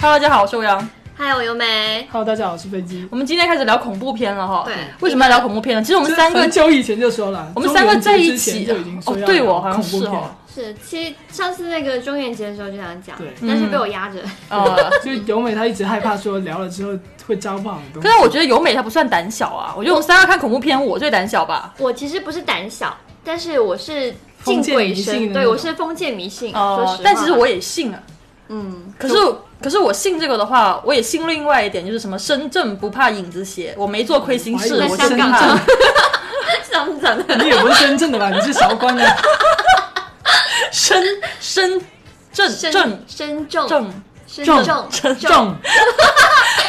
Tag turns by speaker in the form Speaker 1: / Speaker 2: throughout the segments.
Speaker 1: Hello，大家好，我是欧阳。
Speaker 2: 嗨，我尤美。
Speaker 3: Hello，大家好，我是飞机。
Speaker 1: 我们今天开始聊恐怖片了哈。
Speaker 2: 对
Speaker 1: 为什么要聊恐怖片呢？其实我
Speaker 3: 我
Speaker 1: 们三个
Speaker 3: 很久以前就说了，
Speaker 1: 我们三个在一
Speaker 3: 中
Speaker 1: 起
Speaker 3: 元节之前就已经说
Speaker 1: 哦
Speaker 3: 要
Speaker 1: 对我好像
Speaker 3: 恐怖
Speaker 1: 是
Speaker 3: 片
Speaker 1: 哦
Speaker 2: 是，其实上次那个中元节的时候就想讲
Speaker 3: 对，
Speaker 2: 但是
Speaker 1: 嗯
Speaker 2: 被我压着。
Speaker 1: 呃，
Speaker 3: 就由美她一直害怕说聊了之后会招不好的东西。
Speaker 1: 可是我觉得由美她不算胆小啊，我觉得我们三个看恐怖片，我最胆小吧。
Speaker 2: 我其实不是胆小，但是我是敬
Speaker 3: 封建
Speaker 2: 鬼
Speaker 3: 迷信的
Speaker 2: 神，
Speaker 3: 那
Speaker 2: 对
Speaker 3: 种
Speaker 2: 我是封建迷信。 说实
Speaker 1: 哦
Speaker 2: 话，
Speaker 1: 但其实我也信啊。
Speaker 2: 嗯，
Speaker 1: 可是可是我信这个的话，我也信另外一点，就是什么身正不怕影子斜，我没做亏心事，
Speaker 3: 我还以
Speaker 1: 我
Speaker 3: 为
Speaker 1: 就
Speaker 2: 香
Speaker 1: 不
Speaker 2: 港
Speaker 1: 怕。
Speaker 2: 啊，香港的
Speaker 3: 你也不是深圳的吧？你是韶 关的，
Speaker 1: 身身正
Speaker 2: 深
Speaker 1: 正
Speaker 2: 深重
Speaker 1: 正，
Speaker 2: 深
Speaker 3: 重
Speaker 2: 重
Speaker 3: 重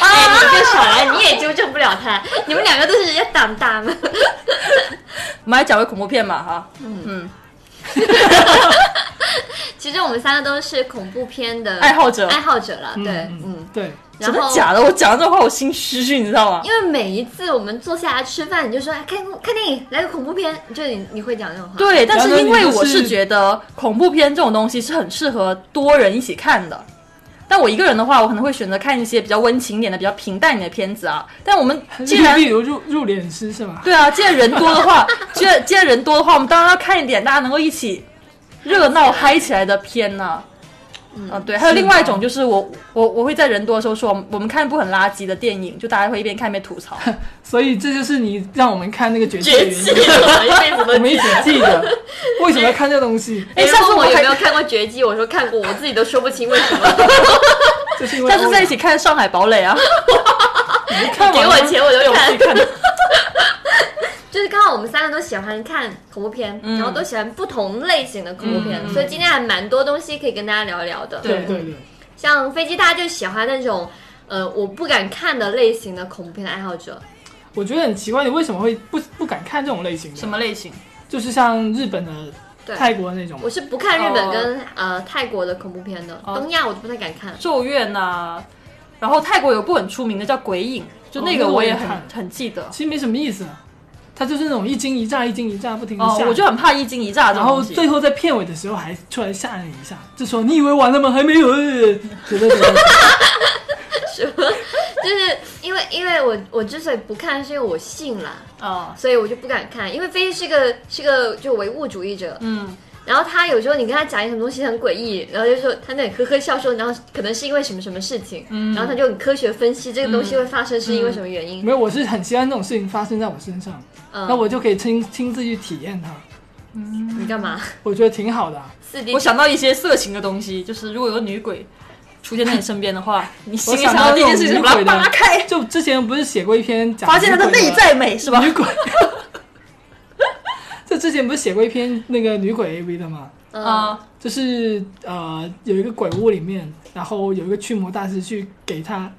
Speaker 2: 哎，你别少来，你也纠正不了他，你们两个都是要挡大吗？
Speaker 1: 我们来讲回恐怖片嘛哈。
Speaker 2: 其实我们三个都是恐怖片的
Speaker 1: 爱好者
Speaker 2: 爱好者了，对，
Speaker 3: 嗯
Speaker 2: 嗯。
Speaker 3: 对，
Speaker 1: 真
Speaker 2: 然
Speaker 1: 的
Speaker 2: 后，
Speaker 1: 假的？我讲这话我心虚，你知道吗？
Speaker 2: 因为每一次我们坐下来吃饭，你就说哎看看电影，来个恐怖片，就你你会讲这种话。
Speaker 1: 对，但
Speaker 3: 然
Speaker 1: 是
Speaker 3: 后
Speaker 1: 因
Speaker 3: 你
Speaker 1: 为
Speaker 3: 就是
Speaker 1: 我是觉得恐怖片这种东西是很适合多人一起看的。但我一个人的话，我可能会选择看一些比较温情一点的、比较平淡一点的片子啊。但我们既然
Speaker 3: 例如入入殓师是吗？
Speaker 1: 对啊，既然人多的话，既然 既然人多的话，我们当然要看一点大家能够一起热闹嗨起来的片呢、啊。嗯、对，还有另外一种就是我我我会在人多的时候说，我们我们看一部很垃圾的电影，就大家会一边看一边吐槽。
Speaker 3: 所以这就是你让我们看那个崛起的
Speaker 2: 崛
Speaker 3: 原
Speaker 2: 起，
Speaker 3: 因。
Speaker 2: 我一辈子
Speaker 3: 我
Speaker 2: 都
Speaker 3: 们一起记 得为什么要看这东西，
Speaker 1: 哎，下次
Speaker 2: 问
Speaker 1: 我
Speaker 2: 我有
Speaker 1: 还
Speaker 2: 没有看过《绝技》，我说看过，我自己都说不清为什 么。
Speaker 3: 就是因为
Speaker 1: 下次在一起看《上海堡垒》啊，
Speaker 3: 看
Speaker 2: 给
Speaker 3: 完
Speaker 2: 我
Speaker 3: 了
Speaker 2: 钱我就
Speaker 1: 有
Speaker 2: 看
Speaker 1: 戏。看。
Speaker 2: 就是刚好我们三个都喜欢看恐怖片，
Speaker 1: 嗯
Speaker 2: 然后都喜欢不同类型的恐怖片，
Speaker 1: 嗯
Speaker 2: 所以今天还蛮多东西可以跟大家聊一聊的。
Speaker 3: 对对对，
Speaker 2: 像飞机，大家就喜欢那种呃我不敢看的类型的恐怖片的爱好者。
Speaker 3: 我觉得很奇怪，你为什么会不不敢看这种类型的？
Speaker 1: 什么类型？
Speaker 3: 就是像日本的、
Speaker 2: 对
Speaker 3: 泰国的那种
Speaker 2: 我，是不看日本
Speaker 1: 哦
Speaker 2: 跟、呃泰国的恐怖片的，
Speaker 1: 哦
Speaker 2: 东亚我都不太敢看。
Speaker 1: 咒怨呐、然后泰国有部很出名的叫《鬼影》，就那
Speaker 3: 哦那
Speaker 1: 个
Speaker 3: 个
Speaker 1: 我
Speaker 3: 我
Speaker 1: 也
Speaker 3: 也
Speaker 1: 很、
Speaker 3: 看
Speaker 1: 很记得。
Speaker 3: 其实没什么意思啊，它就是那种一惊一乍、一惊一乍不停的
Speaker 1: 哦
Speaker 3: 吓，，
Speaker 1: 我就很怕一惊一乍这
Speaker 3: 然
Speaker 1: 种
Speaker 3: 后
Speaker 1: 东西。
Speaker 3: 最后在片尾的时候还出来吓人一下，就说你以为完了吗？还没有，觉得觉 得
Speaker 2: 就是因为因为我我之所以不看，是因为我信了，
Speaker 1: 啊，
Speaker 2: 所以我就不敢看。因为飞机是个是个就唯物主义者，
Speaker 1: 嗯，
Speaker 2: 然后他有时候你跟他讲一什么东西很诡异，然后就说他那里呵呵笑说，然后可能是因为什么什么事情，
Speaker 3: 嗯
Speaker 2: 然后他就很科学分析这个东西会发生是因为什么原因。
Speaker 3: 没有，我是很希望这种事情发生在我身上，
Speaker 2: 嗯，
Speaker 3: 嗯那我就可以亲亲自去体验它，
Speaker 2: 你干嘛？
Speaker 3: 我觉得挺好的啊、
Speaker 2: 四 D
Speaker 1: 嗯我想到一些色情的东西，就是如果有个女鬼出现在你身边的话，你心
Speaker 3: 我
Speaker 1: 里
Speaker 3: 想
Speaker 1: 到
Speaker 3: 到
Speaker 1: 第一件事情是
Speaker 3: 那
Speaker 1: 把
Speaker 3: 种
Speaker 1: 它
Speaker 3: 女鬼的
Speaker 1: 扒开，
Speaker 3: 就之前不是写过一篇讲
Speaker 1: 发现她的
Speaker 3: 女鬼
Speaker 1: 内在美是吧
Speaker 3: 女？鬼， 这之前不是写过一篇那个女鬼 AV 的吗？
Speaker 2: 嗯，
Speaker 1: 啊、
Speaker 3: 就是呃，有一个鬼屋里面，然后有一个驱魔大师去给他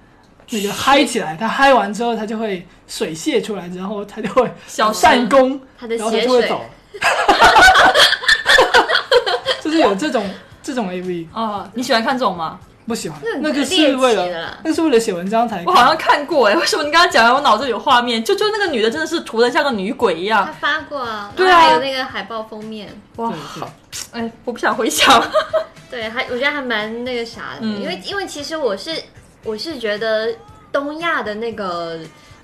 Speaker 3: 那个嗨起来，他嗨完之后，他就会水泄出来，然后他就会
Speaker 1: 小
Speaker 3: 散功，
Speaker 2: 他的
Speaker 3: 然后他
Speaker 2: 血
Speaker 3: 就会
Speaker 2: 水
Speaker 3: 走， 就是有这种这种 A V
Speaker 1: 啊，你喜欢看这种吗？
Speaker 3: 不喜欢，
Speaker 2: 那
Speaker 3: 那
Speaker 2: 个猎
Speaker 3: 个是
Speaker 2: 奇
Speaker 3: 为
Speaker 2: 的啦
Speaker 3: 了那个是为了写文章才看，
Speaker 1: 我好像看过哎、为什么你刚刚讲完我脑子里有画面？就就那个女的真的是涂的像个女鬼一
Speaker 2: 他
Speaker 1: 样，
Speaker 2: 发过啊，
Speaker 1: 对
Speaker 2: 然后
Speaker 1: 啊
Speaker 2: 还有那个海报封面。
Speaker 1: 哇，
Speaker 3: 对对
Speaker 1: 哎，我不想回想。
Speaker 2: 对，还我觉得还蛮那个啥的，
Speaker 1: 嗯
Speaker 2: 因为因为其实我是我是觉得东亚的那个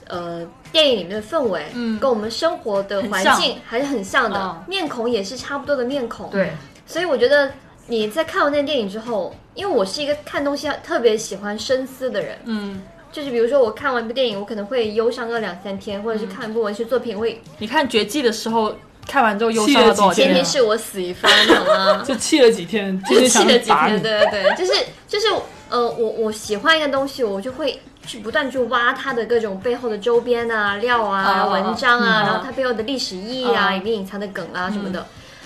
Speaker 2: 呃电影里面的氛围，
Speaker 1: 嗯
Speaker 2: 跟我们生活的
Speaker 1: 很
Speaker 2: 环
Speaker 1: 像
Speaker 2: 境还是很像的，
Speaker 1: 嗯
Speaker 2: 面孔也是差不多的面孔，
Speaker 1: 对，
Speaker 2: 所以我觉得你在看完那个电影之后，因为我是一个看东西特别喜欢深思的人，
Speaker 1: 嗯，
Speaker 2: 就是比如说我看完一部电影，我可能会忧伤个两三天，或者是
Speaker 1: 嗯
Speaker 2: 看一部文学作品会，
Speaker 1: 你看《绝技》的时候，看完之后忧伤了多少
Speaker 3: 对
Speaker 2: 前
Speaker 1: 天
Speaker 2: 提
Speaker 3: 气了
Speaker 1: 啊？
Speaker 2: 是我死一番，懂吗？
Speaker 3: 就气了几天，天
Speaker 2: 就
Speaker 3: 天
Speaker 2: 气
Speaker 3: 想
Speaker 2: 了几
Speaker 3: 打
Speaker 2: 天，
Speaker 3: 你，
Speaker 2: 对对对，就是就是呃，我我喜欢一个东西，我就会去不断去挖它的各种背后的周边啊、料啊、
Speaker 1: 啊
Speaker 2: 文章
Speaker 1: 嗯
Speaker 2: 啊，然后它背后的历史意义啊、
Speaker 1: 啊
Speaker 2: 里面隐藏的梗啊什么的。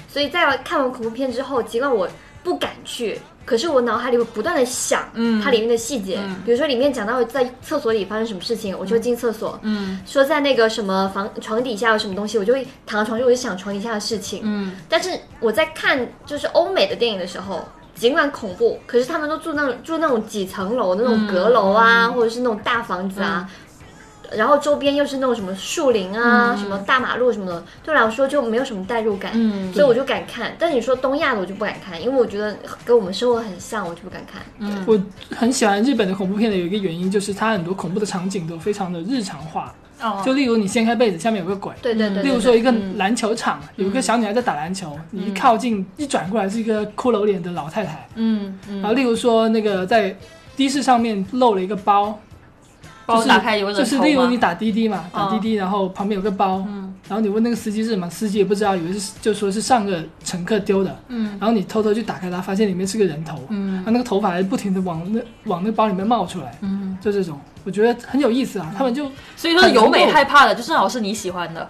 Speaker 2: 所以在看完恐怖片之后，尽管我不敢去。可是我脑海里会不断的想，
Speaker 1: 嗯
Speaker 2: 它里面的细节，
Speaker 1: 嗯
Speaker 2: 比如说里面讲到在厕所里发生什么事情，我就进厕所，
Speaker 1: 嗯
Speaker 2: 说在那个什么房床底下有什么东西，我就会躺在床上，我就想床底下的事情，
Speaker 1: 嗯，
Speaker 2: 但是我在看就是欧美的电影的时候，尽管恐怖，可是他们都住那种住那种几层楼的那种阁楼啊，或者是那种大房子啊。然后周边又是那种什么树林啊、什么大马路什么的，对我来说就没有什么代入感，
Speaker 1: 嗯
Speaker 2: 所以我就敢看。但你说东亚的，我就不敢看，因为我觉得跟我们生活很像，我就不敢看。嗯，
Speaker 3: 我很喜欢日本的恐怖片的有一个原因，就是它很多恐怖的场景都非常的日常化。
Speaker 1: 哦
Speaker 3: 就例如你掀开被子，下面有个鬼。
Speaker 2: 对对对嗯对
Speaker 3: 例如
Speaker 2: 对
Speaker 3: 说一个
Speaker 1: 嗯
Speaker 3: 篮球场，有一个小女孩在打篮球，你一靠近一转过来是一个骷髅脸的老太太。
Speaker 1: 嗯嗯，
Speaker 3: 然后例如说那个在的士上面漏了一个包，
Speaker 1: 包
Speaker 3: 就是
Speaker 1: 打开有人
Speaker 3: 就是
Speaker 1: 头
Speaker 3: 例如
Speaker 1: 吗
Speaker 3: 你打滴滴嘛，打
Speaker 1: 哦嗯
Speaker 3: 滴滴，然后旁边有个包，然后你问那个司机是什么，司机也不知道，以为是就说是上个乘客丢的，
Speaker 1: 嗯
Speaker 3: 然后你偷偷去打开它，发现里面是个人头，
Speaker 1: 嗯
Speaker 3: 他那个头发还不停的往那往那包里面冒出来，
Speaker 1: 嗯，
Speaker 3: 就这种，我觉得很有意思啊。他们就
Speaker 1: 所以说由美害怕的，就正好是你喜欢的。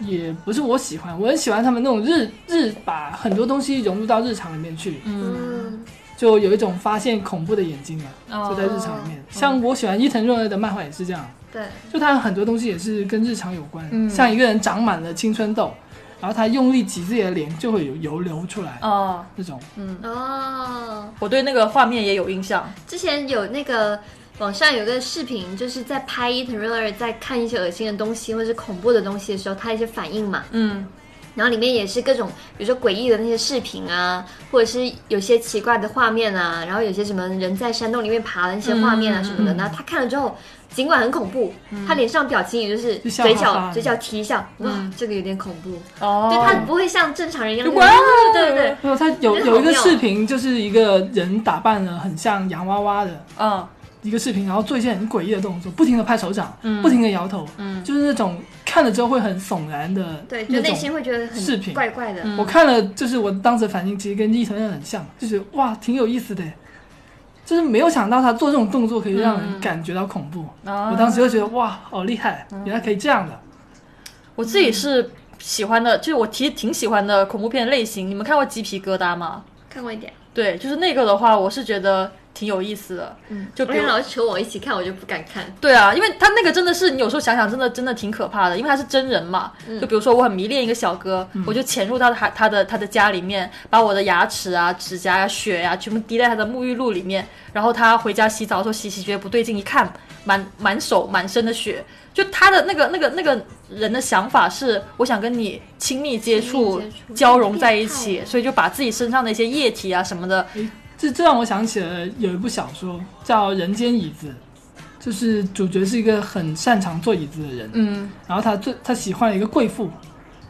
Speaker 3: 也不是我喜欢，我很喜欢他们那种日日把很多东西融入到日常里面去，
Speaker 2: 嗯，
Speaker 3: 就有一种发现恐怖的眼睛啊，
Speaker 1: 哦
Speaker 3: 就在日常里面。像我喜欢伊藤润二的漫画也是这样，
Speaker 2: 对，
Speaker 3: 就他很多东西也是跟日常有关，
Speaker 1: 嗯
Speaker 3: 像一个人长满了青春痘，然后他用力挤自己的脸，就会有油流出来，
Speaker 1: 哦，
Speaker 3: 那种
Speaker 2: 哦。
Speaker 1: 我对那个画面也有印象。
Speaker 2: 之前有那个网上有个视频，就是在拍伊藤润二在看一些恶心的东西或者是恐怖的东西的时候，他一些反应嘛。
Speaker 1: 嗯
Speaker 2: 然后里面也是各种，比如说诡异的那些视频啊，或者是有些奇怪的画面啊，然后有些什么人在山洞里面爬的那些画面啊
Speaker 1: 嗯
Speaker 2: 什么的。然后他看了之后，尽管很恐怖，他脸上表情也就是
Speaker 3: 就笑
Speaker 2: 嘴
Speaker 3: 哈
Speaker 2: 角
Speaker 3: 哈
Speaker 2: 嘴角提一下，哇，
Speaker 1: 嗯
Speaker 2: 这个有点恐怖。
Speaker 1: 哦，
Speaker 2: 对他不会像正常人一样，
Speaker 1: 就
Speaker 2: 就是
Speaker 1: 哇
Speaker 2: 对对对，
Speaker 3: 没有，他有
Speaker 2: 真的好
Speaker 3: 有一个
Speaker 2: 妙
Speaker 3: 视频，就是一个人打扮的很像洋娃娃的
Speaker 1: 嗯
Speaker 3: 一个视频，然后做一些很诡异的动作，不停的拍手掌，
Speaker 1: 嗯
Speaker 3: 不停的摇头，
Speaker 1: 嗯
Speaker 3: 就是那种看了之后会很悚然的
Speaker 2: 对，就
Speaker 3: 那
Speaker 2: 内心
Speaker 3: 种。
Speaker 2: 会觉得
Speaker 3: 视频
Speaker 2: 很怪怪的。
Speaker 1: 嗯
Speaker 3: 我看了，就是我当时反应其实跟伊藤润很像，就是哇，挺有意思的，就是没有想到他做这种动作可以让人
Speaker 1: 嗯
Speaker 3: 感觉到恐怖。
Speaker 1: 啊
Speaker 3: 我当时就觉得哇，好厉害，
Speaker 1: 嗯
Speaker 3: 原来可以这样的。
Speaker 1: 我自己是喜欢的，就是我其实挺喜欢的恐怖片类型。你们看过《鸡皮疙瘩》吗？
Speaker 2: 看过一点，
Speaker 1: 对，就是那个的话，我是觉得挺有意思的。
Speaker 2: 嗯，
Speaker 1: 就
Speaker 2: 我
Speaker 1: 比如
Speaker 2: 天老师求我一起看，我就不敢看。
Speaker 1: 对啊，因为他那个真的是，你有时候想想，真的真的挺可怕的，因为他是真人嘛。
Speaker 3: 嗯
Speaker 1: 就比如说，我很迷恋一个小哥，我就潜入到他他的他的家里面，把我的牙齿啊、指甲呀、血呀、全部滴在他的沐浴露里面。然后他回家洗澡的时候洗洗觉得不对劲，一看满满手满身的血。就他的那个那个那个人的想法是，我想跟你亲密接触、
Speaker 2: 亲密接触
Speaker 1: 交融在一
Speaker 2: 变
Speaker 1: 起
Speaker 2: 态，啊
Speaker 1: 所以就把自己身上的一些液体啊什么的，
Speaker 3: 这这让我想起了有一部小说叫《人间椅子》，就是主角是一个很擅长做椅子的人，
Speaker 1: 嗯
Speaker 3: 然后他最他喜欢了一个贵妇，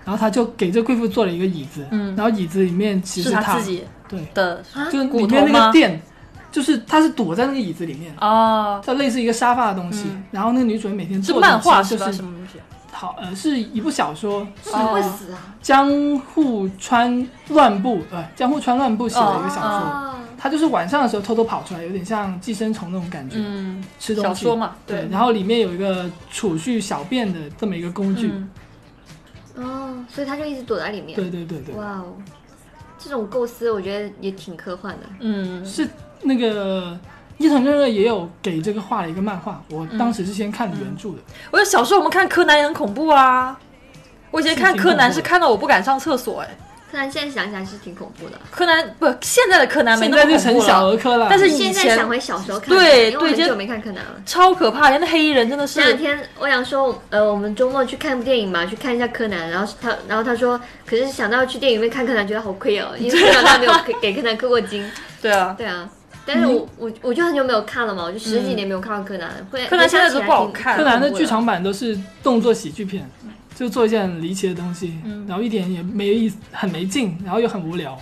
Speaker 3: 然后他就给这贵妇做了一个椅子，
Speaker 1: 嗯
Speaker 3: 然后椅子里面其
Speaker 1: 是
Speaker 3: 实
Speaker 1: 他自己
Speaker 3: 对，
Speaker 1: 的
Speaker 2: 啊
Speaker 3: 就是
Speaker 1: 骨
Speaker 3: 里
Speaker 1: 头
Speaker 3: 面那
Speaker 1: 吗
Speaker 3: 个垫，就是他是躲在那个椅子里面，
Speaker 1: 哦，
Speaker 3: 它类似一个沙发的东西，
Speaker 1: 嗯
Speaker 3: 然后那个女主人每天
Speaker 1: 是
Speaker 3: 做的
Speaker 1: 漫画
Speaker 3: 其
Speaker 1: 是
Speaker 3: 实
Speaker 1: 吧？
Speaker 3: 就是
Speaker 1: 什么东西？
Speaker 3: 好呃是一部小说，是
Speaker 2: 怎么会
Speaker 1: 哦
Speaker 2: 死啊？
Speaker 3: 江户川乱步呃江户川乱步写的一个小说。
Speaker 1: 哦
Speaker 2: 啊，
Speaker 3: 他就是晚上的时候偷偷跑出来，有点像寄生虫那种感觉，
Speaker 1: 嗯，
Speaker 3: 吃东西。
Speaker 1: 小说嘛，
Speaker 3: 对
Speaker 1: 对，，
Speaker 3: 然后里面有一个储蓄小便的这么一个工具，
Speaker 1: 嗯
Speaker 2: 哦，所以他就一直躲在里面。
Speaker 3: 对对对对，
Speaker 2: 哇哦，这种构思我觉得也挺科幻的。
Speaker 1: 嗯
Speaker 3: 是那个伊藤润二也有给这个画了一个漫画，我
Speaker 1: 嗯
Speaker 3: 当时是先看了原著的，
Speaker 1: 我觉得小时候我们看柯南也很恐怖啊。我以前看柯南
Speaker 3: 是
Speaker 1: 是
Speaker 3: 挺恐怖的
Speaker 1: 看到我不敢上厕所、哎，
Speaker 2: 柯南现在想起来是挺恐怖的，
Speaker 1: 柯南不，现在的柯啊南没
Speaker 3: 现
Speaker 1: 那
Speaker 3: 在
Speaker 1: 么
Speaker 3: 就
Speaker 1: 恐
Speaker 3: 成
Speaker 1: 怖
Speaker 3: 小
Speaker 1: 了，
Speaker 3: 儿科了。
Speaker 1: 但是以
Speaker 2: 现
Speaker 1: 前
Speaker 2: 在想回小时候看，
Speaker 1: 对
Speaker 2: 因为我
Speaker 1: 对
Speaker 2: 很
Speaker 1: 就
Speaker 2: 久没看柯南了。
Speaker 1: 超可怕，那黑衣人真的
Speaker 2: 前两
Speaker 1: 是，
Speaker 2: 天欧阳说，呃，我们周末去看部电影嘛，去看一下柯南。然后他，然后他说，可是想到去电影院看柯南，觉得好亏哦， 因为柯南他没有给给柯南氪过金。
Speaker 1: 对啊，
Speaker 2: 对啊，但是
Speaker 1: 嗯
Speaker 2: 我我我就很久没有看了嘛，我就十几年没有看过柯南了。会
Speaker 1: 柯南现在都
Speaker 2: 回想起来
Speaker 1: 不好
Speaker 2: 挺
Speaker 1: 看
Speaker 3: 柯南的剧。
Speaker 2: 挺恐怖
Speaker 3: 场版都是动作喜剧片，
Speaker 1: 嗯
Speaker 3: 就做一些很离奇的东西，然后一点也没意思，很没劲，然后又很无聊。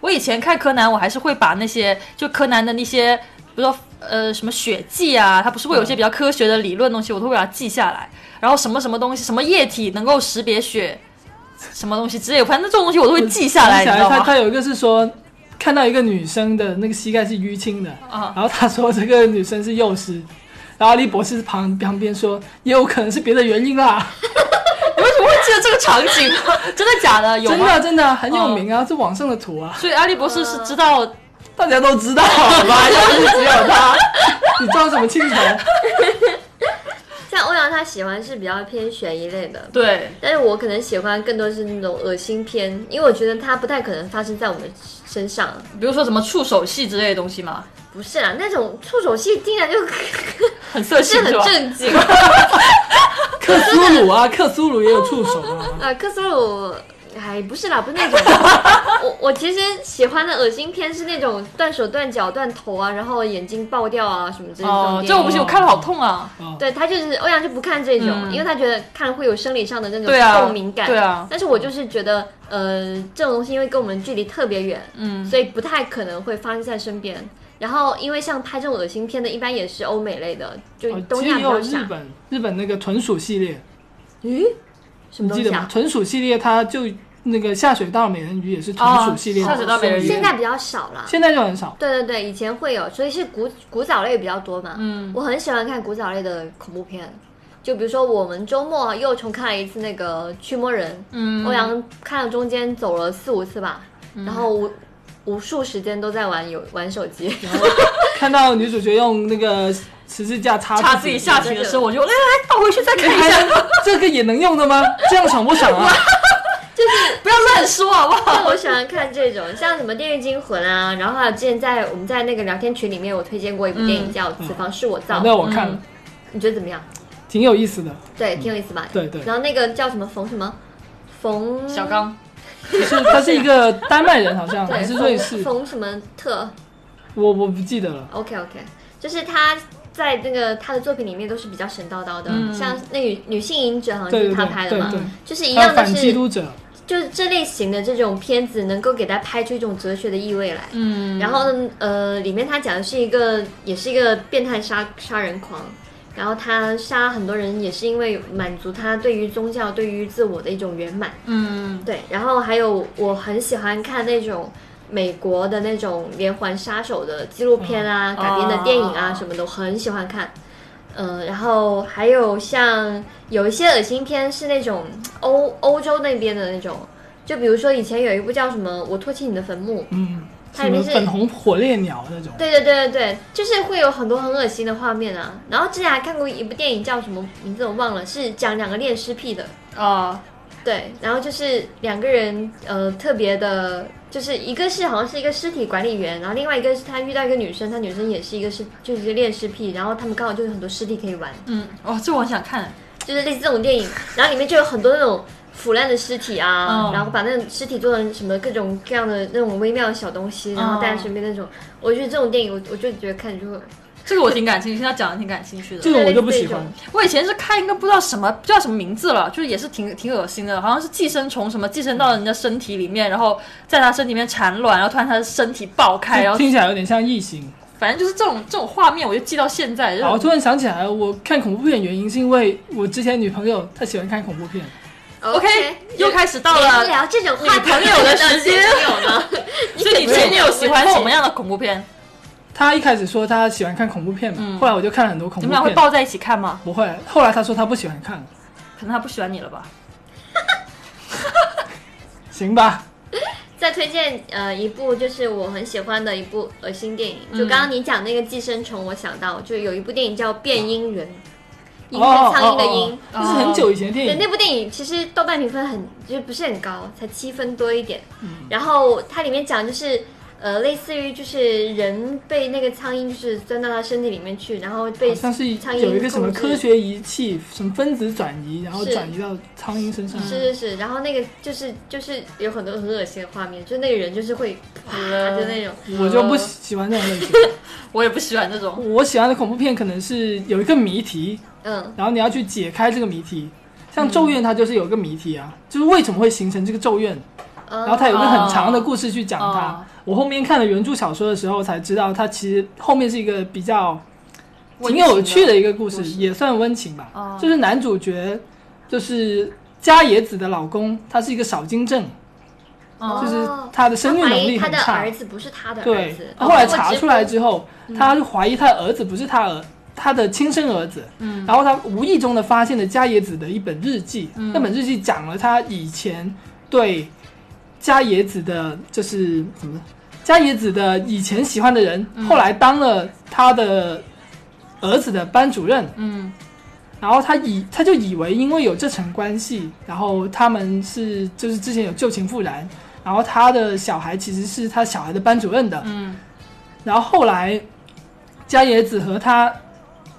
Speaker 1: 我以前看柯南，我还是会把那些就柯南的那些，比如说呃什么血迹啊，它不是会有一些比较科学的理论东西，我都会把它记下来。然后什么什么东西，什么液体能够识别血，什么东西之类的，反正这种东西我都会记下来，
Speaker 3: 我
Speaker 1: 你
Speaker 3: 想
Speaker 1: 知
Speaker 3: 起
Speaker 1: 道
Speaker 3: 他
Speaker 1: 吗？
Speaker 3: 他有一个是说，看到一个女生的那个膝盖是淤青的，
Speaker 1: 啊
Speaker 3: 然后他说这个女生是幼师，然后阿笠博士旁旁边说也有可能是别的原因啦，
Speaker 1: 你为什么会记得这个场景？ 真的假的？有
Speaker 3: 真
Speaker 1: 吗？哦
Speaker 3: 的真的很有名啊，这网上的图啊，
Speaker 1: 所以阿笠博士是知道，
Speaker 2: 呃
Speaker 3: 大家都知道好吧，又不是只有 他，你装什么清楚？
Speaker 2: 像欧阳他喜欢是比较偏悬疑类的，
Speaker 1: 对，
Speaker 2: 但是我可能喜欢更多是那种恶心片，因为我觉得它不太可能发生在我们身上。
Speaker 1: 比如说什么触手戏之类的东西嘛。
Speaker 2: 不是啊，那种触手戏竟然就，
Speaker 1: 很色
Speaker 2: 是
Speaker 1: 情
Speaker 2: 很
Speaker 1: 是吧？
Speaker 2: 正经
Speaker 3: 克苏鲁啊，克苏鲁也有触手啊。
Speaker 2: 啊。克苏鲁，哎，不是啦，不 是那种。我我其实喜欢的恶心片是那种断手断脚断头啊，然后眼睛爆掉啊什么这种
Speaker 1: 哦，
Speaker 2: 电
Speaker 1: 这我
Speaker 2: 影
Speaker 1: 不行，我看了好痛啊！
Speaker 3: 啊，
Speaker 2: 对他就是欧阳就不看这种，
Speaker 1: 嗯
Speaker 2: 因为他觉得看会有生理上的那种
Speaker 1: 对啊
Speaker 2: 共鸣感。
Speaker 1: 对啊
Speaker 2: 但是我就是觉得，呃，这种东西因为跟我们距离特别远，嗯，所以不太可能会发生在身边。然后，因为像拍这种恶心片的，一般也是欧美类的，就
Speaker 3: 哦
Speaker 2: 东
Speaker 3: 其实
Speaker 2: 亚比
Speaker 3: 也有
Speaker 2: 较
Speaker 3: 日
Speaker 2: 少。
Speaker 3: 本，日本那个豚鼠系列，
Speaker 2: 咦，什
Speaker 3: 你
Speaker 2: 么
Speaker 3: 记
Speaker 2: 东
Speaker 3: 得
Speaker 2: 西
Speaker 3: 吗
Speaker 2: 啊？？
Speaker 3: 豚鼠系列它就那个下水道美人鱼也是豚鼠系列的
Speaker 1: 哦下
Speaker 3: 送医
Speaker 1: 水
Speaker 3: 院，
Speaker 1: 道美人鱼
Speaker 2: 现在比较少了。
Speaker 3: 现在就很少。
Speaker 2: 对对对，以前会有，所以是古古早类比较多嘛。嗯，我很喜欢看古早类的恐怖片，就比如说我们周末又重看了一次那个《驱魔人》，
Speaker 1: 嗯，
Speaker 2: 欧阳看了中间走了四五次吧，然后无无数时间都在玩游玩手机，
Speaker 3: 看到女主角用那个十字架插
Speaker 1: 插自己下体的时候，我就来来来，倒回去再看一
Speaker 3: 还
Speaker 1: 下，
Speaker 3: 能这个也能用的吗？这样爽不爽啊？
Speaker 1: 不要乱说啊好不
Speaker 2: 但
Speaker 1: 好？
Speaker 2: 我喜欢看这种，像什么《电锯惊魂》啊，然后还有之前在我们在那个聊天群里面，我推荐过一部电影叫《此房是我造
Speaker 3: 嗯啊那》，我看
Speaker 2: 嗯
Speaker 3: 了，
Speaker 2: 你觉得怎么样？
Speaker 3: 挺有意思的。
Speaker 2: 对，挺有意思吧？
Speaker 3: 嗯对对
Speaker 2: 然后那个叫什么冯什么冯
Speaker 1: 小 刚，
Speaker 3: 是他是一个丹麦人，好像
Speaker 2: 对
Speaker 3: 还是瑞士
Speaker 2: 冯，冯什么特
Speaker 3: 我我不记得了。
Speaker 2: ？OK OK，就是他。在那个他的作品里面都是比较神叨叨的，像那女女性影者好像就是
Speaker 3: 对对
Speaker 2: 他
Speaker 3: 对
Speaker 2: 拍的嘛，
Speaker 3: 对对
Speaker 2: 就是一
Speaker 3: 还有
Speaker 2: 样的
Speaker 3: 反
Speaker 2: 是
Speaker 3: 基督者，
Speaker 2: 就是这类型的这种片子，能够给他拍出一种哲学的意味来。
Speaker 1: 嗯，
Speaker 2: 然后呢，呃，里面他讲的是一个，也是一个变态杀杀人狂，然后他杀很多人也是因为满足他对于宗教、对于自我的一种圆满。
Speaker 1: 嗯，
Speaker 2: 对，然后还有我很喜欢看那种美国的那种连环杀手的纪录片啊，
Speaker 1: 哦
Speaker 2: 改编的电影啊，
Speaker 1: 哦
Speaker 2: 什么的，我很喜欢看。嗯、然后还有像有一些恶心片是那种欧欧洲那边的那种，就比如说以前有一部叫什么《我唾弃你的坟墓》，
Speaker 3: 嗯，
Speaker 2: 它
Speaker 3: 什
Speaker 2: 里
Speaker 3: 么
Speaker 2: 面是
Speaker 3: 粉红火烈鸟那种，
Speaker 2: 对对对对对，就是会有很多很恶心的画面啊。然后之前还看过一部电影叫什么名字我忘了，是讲两个恋尸癖的，
Speaker 1: 啊，
Speaker 2: 对，然后就是两个人，呃，特别的，就是一个是好像是一个尸体管理员，然后另外一个是他遇到一个女生，她女生也是一个是就是一个恋尸癖，然后他们刚好就有很多尸体可以玩，
Speaker 1: 嗯，哦，这我很想看，
Speaker 2: 就是类似这种电影，然后里面就有很多那种腐烂的尸体啊，
Speaker 1: 嗯
Speaker 2: 然后把那种尸体做成什么各种各样的那种微妙的小东西，
Speaker 1: 哦
Speaker 2: 然后带在身边那种，我觉得这种电影我我就觉得看就会，哦
Speaker 1: 这个我挺感兴趣，他讲的挺感兴趣的
Speaker 3: 这。种我就不喜
Speaker 2: 类
Speaker 3: 欢。
Speaker 1: 我以前是看一个不知道什么叫什么名字了，就是也是挺挺恶心的，好像是寄生虫什么寄生到人家身体里面，然后在他身体里面产卵，然后突然他的身体爆开，然
Speaker 3: 就
Speaker 1: 后
Speaker 3: 听起来有点像异形。
Speaker 1: 反正就是这种这种画面，我就记到现在。
Speaker 3: 啊，我
Speaker 1: 就
Speaker 3: 突然想起来，我看恐怖片原因是因为我之前女朋友她喜欢看恐怖片，
Speaker 1: OK，又开始到了
Speaker 2: 哎聊这种话
Speaker 1: 女
Speaker 2: 题
Speaker 1: 朋友的 时间
Speaker 2: 朋友呢？
Speaker 1: 所以你前女友喜欢什么样的恐怖片？
Speaker 3: 她一开始说她喜欢看恐怖片嘛，
Speaker 2: 嗯
Speaker 3: 后来我就看了很多恐
Speaker 1: 你
Speaker 3: 怖
Speaker 1: 们俩会
Speaker 3: 片。
Speaker 1: 抱在一起看吗？
Speaker 3: 不会，后来她说她不喜欢看，
Speaker 1: 可能他不喜欢你了吧？
Speaker 3: 行吧？
Speaker 2: 再推荐呃一部就是我很喜欢的一部恶心电影，
Speaker 3: 嗯
Speaker 2: 就刚刚你讲那个寄生虫，我想到就有一部电影叫《变音人》，
Speaker 3: 哦
Speaker 2: 鹰是苍蝇的
Speaker 3: 哦
Speaker 2: 鹰。
Speaker 3: 哦这是很久以前的电
Speaker 2: 对，
Speaker 3: 影。
Speaker 2: 那部电影其实豆瓣评分很就不是很高，才七分多一点。
Speaker 3: 嗯
Speaker 2: 然后它里面讲就是呃类似于就是人被那个苍蝇就是钻到他身体里面去，然后被
Speaker 3: 好像是
Speaker 2: 苍蝇
Speaker 3: 有一个什么
Speaker 2: 控制
Speaker 3: 科学仪器，什么分子转移，然后
Speaker 2: 是
Speaker 3: 转移到苍蝇身上。
Speaker 2: 是是是，然后那个就是就是有很多很恶心的画面，就是那个人就是会啪的那种。
Speaker 3: 我就不喜欢这种类型。
Speaker 1: 我也不喜欢这种。
Speaker 3: 我喜欢的恐怖片可能是有一个谜题，
Speaker 2: 嗯，
Speaker 3: 然后你要去解开这个谜题。像《咒怨》它就是有一个谜题啊，就是为什么会形成这个咒怨，
Speaker 2: 然
Speaker 3: 然后它有
Speaker 2: 嗯
Speaker 3: 一个很长的故事去讲它
Speaker 1: 哦。
Speaker 3: 我后面看了原著小说的时候才知道，它其实后面是一个比较
Speaker 1: 温
Speaker 3: 挺
Speaker 1: 情的
Speaker 3: 有趣的一个故事
Speaker 1: 故，事
Speaker 3: 也算温情吧。
Speaker 1: 哦
Speaker 3: 就是男主角就是加野子的老公，他是一个少精症，
Speaker 1: 哦
Speaker 3: 就是他的生育能
Speaker 2: 他怀
Speaker 3: 力很
Speaker 2: 疑他的
Speaker 3: 差
Speaker 2: 儿。子不是他的儿
Speaker 3: 对
Speaker 2: 子，，
Speaker 3: 后来查出来之后，他就怀疑他儿子不是他儿他的亲生儿子。嗯，然后他无意中的发现了加野子的一本日记，那本日记讲了他以前对加野子的，就是怎么加野子的以前喜欢的人，后来当了他的儿子的班主任。
Speaker 1: 嗯，
Speaker 3: 然后他以他就以为因为有这层关系，然后他们是就是之前有旧情复燃，然后他的小孩其实是他小孩的班主任的，
Speaker 1: 嗯，
Speaker 3: 然后后来加野子和他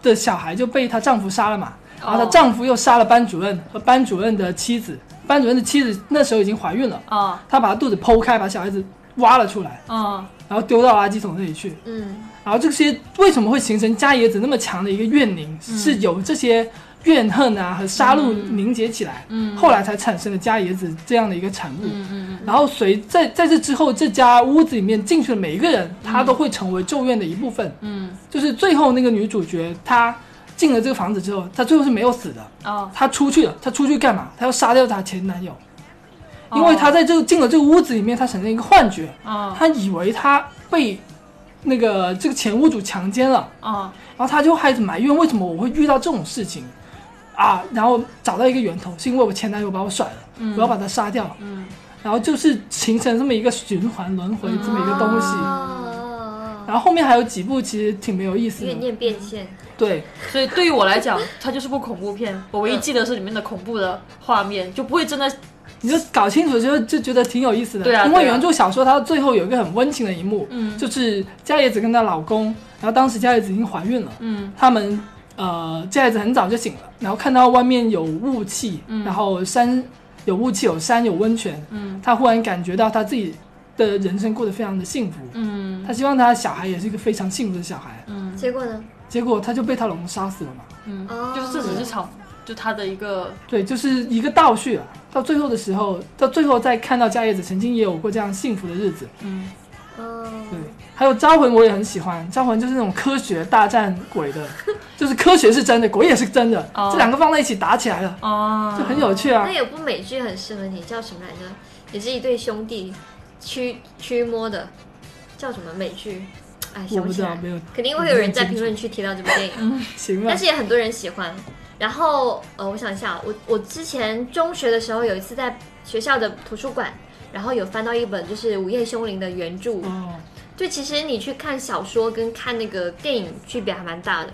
Speaker 3: 的小孩就被她丈夫杀了嘛，然后她丈夫又杀了班主任和班主任的妻子，班主任的妻子那时候已经怀孕了，
Speaker 1: 啊
Speaker 3: 她把肚子剖开，把小孩子挖了出来，
Speaker 1: 啊
Speaker 3: 然后丢到垃圾桶那里去。
Speaker 2: 嗯
Speaker 3: 然后这些为什么会形成伽椰子那么强的一个怨灵，是由这些怨恨啊和杀戮凝结起来，
Speaker 1: 嗯嗯
Speaker 3: 后来才产生了伽椰子这样的一个产物。
Speaker 1: 嗯嗯
Speaker 3: 然后随在在这之后，这家屋子里面进去的每一个人，他都会成为咒怨的一部分。
Speaker 1: 嗯
Speaker 3: 就是最后那个女主角，她进了这个房子之后，她最后是没有死的，
Speaker 1: 嗯啊，
Speaker 3: 她出去了。她出去干嘛？她要杀掉她前男友，因为
Speaker 1: 哦
Speaker 3: 她在这个进了这个屋子里面，她产生一个幻觉，
Speaker 1: 啊
Speaker 3: 她以为她被那个这个前屋主强奸了。
Speaker 1: 啊
Speaker 3: 然后他就开始埋怨为什么我会遇到这种事情啊，然后找到一个源头，是因为我前男友把我甩了，我要把他杀掉，
Speaker 1: 嗯
Speaker 3: 然后就是形成这么一个循环轮回这么一个东西。
Speaker 1: 嗯
Speaker 2: 哦，
Speaker 3: 然后后面还有几部其实挺没有意思
Speaker 2: 怨
Speaker 3: 的，
Speaker 2: 念变现，
Speaker 3: 对，
Speaker 1: 所以对于我来讲，它就是部恐怖片。我
Speaker 3: 嗯
Speaker 1: 唯一记得是里面的恐怖的画面，就不会真的
Speaker 3: 你就搞清楚就就觉得挺有意思的。
Speaker 1: 对啊
Speaker 3: 因为
Speaker 1: 对啊
Speaker 3: 原著小说它到最后有一个很温情的一幕，
Speaker 1: 嗯
Speaker 3: 就是伽椰子跟她老公，然后当时伽椰子已经怀孕了，
Speaker 1: 嗯
Speaker 3: 他们呃，这孩子很早就醒了，然后看到外面有雾气，
Speaker 1: 嗯
Speaker 3: 然后山有雾气，有山有温泉，
Speaker 1: 嗯
Speaker 3: 他忽然感觉到他自己的人生过得非常的幸福，
Speaker 1: 嗯
Speaker 3: 他希望他的小孩也是一个非常幸福的小孩，
Speaker 1: 嗯
Speaker 2: 结果呢？
Speaker 3: 结果他就被她老公杀死了嘛，
Speaker 1: 嗯
Speaker 2: 哦，
Speaker 1: 就是这只是场，就它的一个
Speaker 3: 对，就是一个倒叙啊。到最后的时候，到最后再看到伽叶子曾经也有过这样幸福的日子，
Speaker 1: 嗯
Speaker 2: 哦
Speaker 3: 对，。还有《招魂》我也很喜欢，《招魂》就是那种科学大战鬼的，就是科学是真的，鬼也是真的，
Speaker 1: 哦
Speaker 3: 这两个放在一起打起来了，
Speaker 1: 啊
Speaker 3: 就很有趣啊。
Speaker 2: 那有部美剧很适合你，叫什么来着？也是一对兄弟驱驱魔的，叫什么美剧？哎，
Speaker 3: 我
Speaker 2: 想
Speaker 3: 不
Speaker 2: 起
Speaker 3: 知
Speaker 2: 来
Speaker 3: 道，，没有
Speaker 2: 肯定会有人在评论区提到这部电影。
Speaker 3: 行吧
Speaker 2: 但？是也很多人喜欢。然后呃，我想一下，我我之前中学的时候有一次在学校的图书馆，然后有翻到一本就是《午夜凶铃》的原著。
Speaker 3: 哦，
Speaker 2: 就其实你去看小说跟看那个电影区别还蛮大的，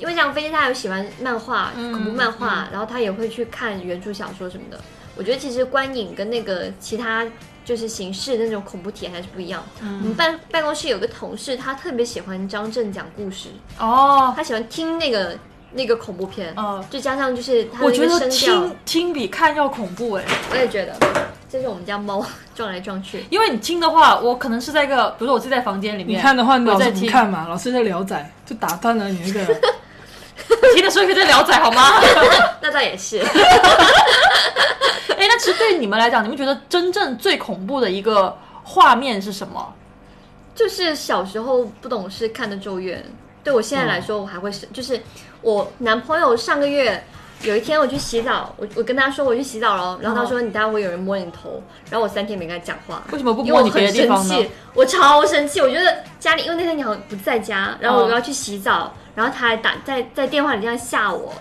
Speaker 2: 因为像飞机他有喜欢漫画、
Speaker 1: 嗯
Speaker 2: 恐怖漫画，然后他也会去看原著小说什么的。我觉得其实观影跟那个其他就是形式那种恐怖体验还是不一样。
Speaker 1: 嗯
Speaker 2: 我们办办公室有个同事，他特别喜欢张震讲故事，
Speaker 1: 哦。
Speaker 2: 他喜欢听那个那个恐怖片，
Speaker 1: 嗯
Speaker 2: 就加上就是他
Speaker 1: 我
Speaker 2: 的一
Speaker 1: 觉
Speaker 2: 个
Speaker 1: 得
Speaker 2: 声调
Speaker 1: 听，听比看要恐怖哎，
Speaker 2: 我也觉得，这是我们家猫撞来撞去，
Speaker 1: 因为你听的话，我可能是在一个，比如说我自己在房间里
Speaker 3: 你
Speaker 1: 面，
Speaker 3: 看的话，你
Speaker 1: 我
Speaker 3: 老
Speaker 1: 在
Speaker 3: 师不
Speaker 1: 听，
Speaker 3: 看嘛？老师在聊仔，就打断了你那个。
Speaker 1: 听的时候可以在聊仔好吗？
Speaker 2: 那倒也是，
Speaker 1: 哎，那其实对你们来讲，你们觉得真正最恐怖的一个画面是什么？
Speaker 2: 就是小时候不懂事看的《咒怨》，对我现在来
Speaker 1: 嗯
Speaker 2: 说，我还会是，就是我男朋友上个月。有一天我去洗澡，我我跟他说我去洗澡了，然后他说你待会有人摸你头，然后我三天没跟他讲话，
Speaker 1: 为什么嗯不
Speaker 2: 因为
Speaker 1: 摸
Speaker 2: 我
Speaker 1: 你别
Speaker 2: 很
Speaker 1: 的地
Speaker 2: 生
Speaker 1: 方呢？
Speaker 2: 气，我超生气。我觉得家里，因为那天你好像不在家，然后
Speaker 1: 嗯
Speaker 2: 我要去洗澡，然后他还打在在电话里这样吓我，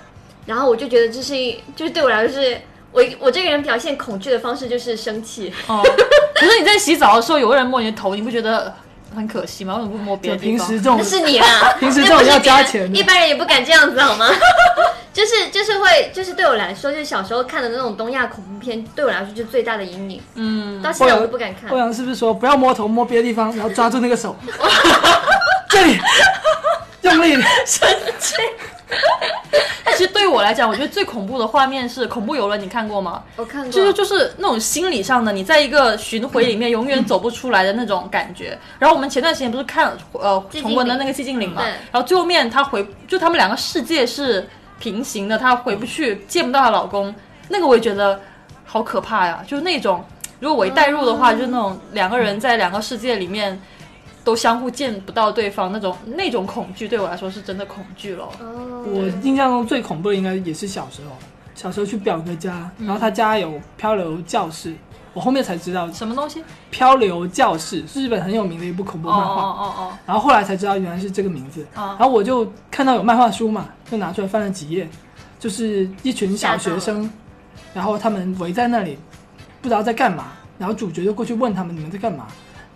Speaker 2: 然后我就觉得这是一，就是对我来说是。我我这个人表现恐惧的方式就是生气，
Speaker 1: 哦， 可是你在洗澡的时候，有个人摸你的头，你不觉得很可惜吗？为什么不 摸别
Speaker 3: 就
Speaker 1: 的地
Speaker 3: 平
Speaker 1: 方？
Speaker 3: 时这种
Speaker 2: 那，是你啊，
Speaker 3: 哦 平时这种要加钱
Speaker 2: 一
Speaker 3: 的。
Speaker 2: 般人也不敢这样子好吗？ 就是就是会就是对我来说，就是小时候看的那种东亚恐怖片，对我来说就是最大的阴影，
Speaker 1: 嗯，
Speaker 2: 到现在我都不敢看
Speaker 3: 欧。阳是不是说不要摸头，摸别的地方，然后抓住那个 手，这里用力点，
Speaker 1: 但 其实对我来讲，我觉得最恐怖的画面是《恐怖游轮》，你看过吗？
Speaker 2: 我看过，
Speaker 1: 就是就是那种心理上的，你在一个巡回里面永远走不出来的那种感觉。然后我们前段时间不是看呃
Speaker 2: 寂静岭
Speaker 1: 重温的那个寂静岭嘛
Speaker 2: 对，
Speaker 1: 然后最后面她回，就他们两个世界是平行的，她回不去，见不到她老公，那个我也觉得好可怕呀，就是那种如果我一代入的话，就是那种两个人在两个世界里面。都相互见不到对方那种那种恐惧，对我来说是真的恐惧了。
Speaker 2: 哦，
Speaker 3: 我印象中最恐怖的应该也是小时候，小时候去表哥家，
Speaker 1: 嗯
Speaker 3: 然后他家有漂流教室，我后面才知道
Speaker 1: 什么东西？
Speaker 3: 漂流教室是日本很有名的一部恐怖
Speaker 1: 哦
Speaker 3: 漫画。
Speaker 1: 哦哦哦，
Speaker 3: 然后后来才知道原来是这个名字。
Speaker 1: 啊
Speaker 2: 哦
Speaker 3: 然后我就看到有漫画书嘛，就拿出来翻了几页，就是一群小学
Speaker 2: 吓到
Speaker 3: 生，然后他们围在那里，不知道在干嘛。然后主角就过去问他们你们在干嘛，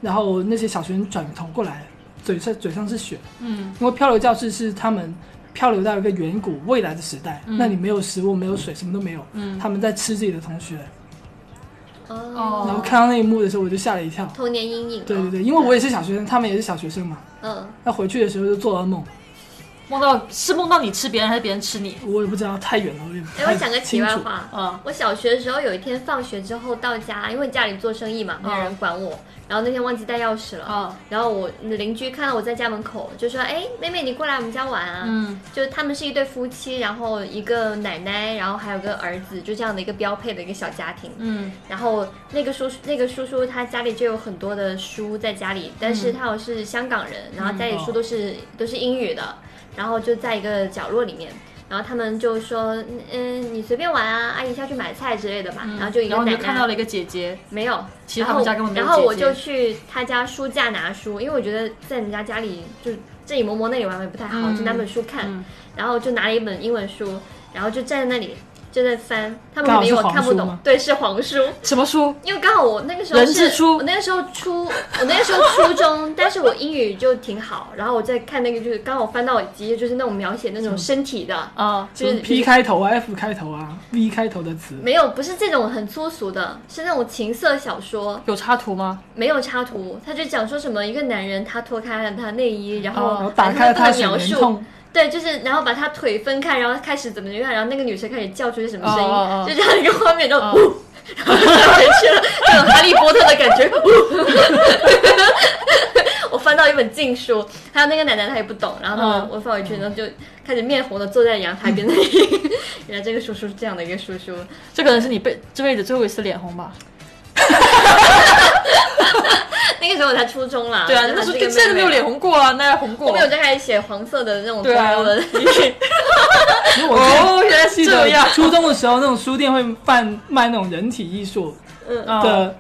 Speaker 3: 然后那些小学生转头过来，嘴上嘴上是血，
Speaker 1: 嗯
Speaker 3: 因为漂流教室是他们漂流到一个远古未来的时代，
Speaker 1: 嗯
Speaker 3: 那里没有食物，没有水，什么都没有，
Speaker 1: 嗯
Speaker 3: 他们在吃自己的同学。然后
Speaker 2: 哦，
Speaker 3: 看到那一幕的时候，我就吓了一跳。
Speaker 2: 童年阴影。哦
Speaker 3: 对对对，因为我也是小学生，他们也是小学生嘛。
Speaker 2: 嗯，
Speaker 3: 那回去的时候就做噩梦，
Speaker 1: 梦到是梦到你吃别人还是别人吃你？
Speaker 3: 我也不知道，太远了，我也
Speaker 2: 哎，
Speaker 3: 不
Speaker 2: 我
Speaker 3: 太
Speaker 2: 讲个题
Speaker 3: 清
Speaker 2: 外
Speaker 3: 楚。
Speaker 2: 话，
Speaker 1: 嗯
Speaker 2: 我小学的时候有一天放学之后到家，因为家里做生意
Speaker 3: 哦
Speaker 2: 嘛，没有人管我。然后那天忘记带钥匙了，
Speaker 1: 嗯
Speaker 2: 然后我邻居看到我在家门口，就说：“哎，妹妹，你过来我们家玩啊！”
Speaker 1: 嗯，
Speaker 2: 就是他们是一对夫妻，然后一个奶奶，然后还有个儿子，就这样的一个标配的一个小家庭。
Speaker 1: 嗯
Speaker 2: 然后那个叔叔，那个叔叔他家里就有很多的书在家里，但是他好像是香港人，然后家里
Speaker 1: 嗯
Speaker 2: 书都是、都是英语的，然后就在一个角落里面，然后他们就说，嗯嗯，你随便玩啊，阿姨下去买菜之类的嘛，然后就一
Speaker 1: 嗯
Speaker 2: 个
Speaker 1: 然后
Speaker 2: 奶
Speaker 1: 你
Speaker 2: 奶啊
Speaker 1: 就看到了一个姐姐，
Speaker 2: 没有，
Speaker 1: 其实他们家根本没有
Speaker 2: 然后然后我
Speaker 1: 姐姐
Speaker 2: 就去他家书架拿书，因为我觉得在人家家里就这里磨磨那里玩玩也不太好，
Speaker 1: 嗯
Speaker 2: 就拿本书看，
Speaker 1: 嗯
Speaker 2: 然后就拿了一本英文书，然后就站在那里就在翻，他
Speaker 3: 刚
Speaker 2: 们
Speaker 3: 好
Speaker 2: 以
Speaker 3: 是
Speaker 2: 为我
Speaker 3: 黄
Speaker 2: 看不
Speaker 3: 书
Speaker 2: 懂
Speaker 3: 吗，
Speaker 2: 对，是黄书。
Speaker 1: 什么书？
Speaker 2: 因为刚好我那个时候
Speaker 1: 人
Speaker 2: 是
Speaker 1: 之初
Speaker 2: 我那个时候初，我那个时候初中，但是我英语就挺好，然后我在看那个就是刚好翻到我机，就是那种描写那
Speaker 1: 嗯
Speaker 2: 种身体的，
Speaker 1: 啊、
Speaker 2: 就是
Speaker 3: P 开头啊，F 开头啊，V 开头的词，
Speaker 2: 没有不是这种很粗俗的，是那种情色小说，
Speaker 1: 有插图吗？
Speaker 2: 没有插图，他就讲说什么一个男人他脱开了他内衣，然
Speaker 1: 哦
Speaker 3: 然
Speaker 2: 后
Speaker 3: 后打
Speaker 2: 反正
Speaker 3: 开了
Speaker 2: 他
Speaker 3: 他
Speaker 2: 各种
Speaker 3: 水
Speaker 2: 描
Speaker 3: 帘
Speaker 2: 述
Speaker 3: 洞，，
Speaker 2: 对，就是然后把他腿分开，然后开始怎么样，然后那个女生开始叫出些什么声音，
Speaker 1: 哦哦哦
Speaker 2: 就这样一个画面，然后
Speaker 1: 哦
Speaker 2: 呜。然后就回去了，那 种哈利波特的感觉。呜我翻到一本禁书，还有那个奶奶她也不懂，然后呢
Speaker 1: 嗯
Speaker 2: 我放回去，然后就开始面红的坐在阳 台边那里。原来这个叔叔是这样的一个叔叔，
Speaker 1: 这可能是你辈这辈子最后一次脸红吧？啊
Speaker 2: 那个时候我才初中啦，
Speaker 1: 对啊，
Speaker 2: 然后
Speaker 1: 那
Speaker 2: 她
Speaker 1: 时候
Speaker 2: 是一
Speaker 1: 跟
Speaker 2: 个
Speaker 1: 现在都没有
Speaker 2: 妹妹
Speaker 1: 脸红过啊，那还红过
Speaker 2: 后面我就开始写黄色的那种
Speaker 1: 对啊
Speaker 2: 标了。
Speaker 3: 因为我
Speaker 1: 哦，原来是
Speaker 3: 记
Speaker 1: 这样
Speaker 3: 得。初中的时候，那种书店会贩卖那种人体艺术
Speaker 1: 啊
Speaker 3: 的，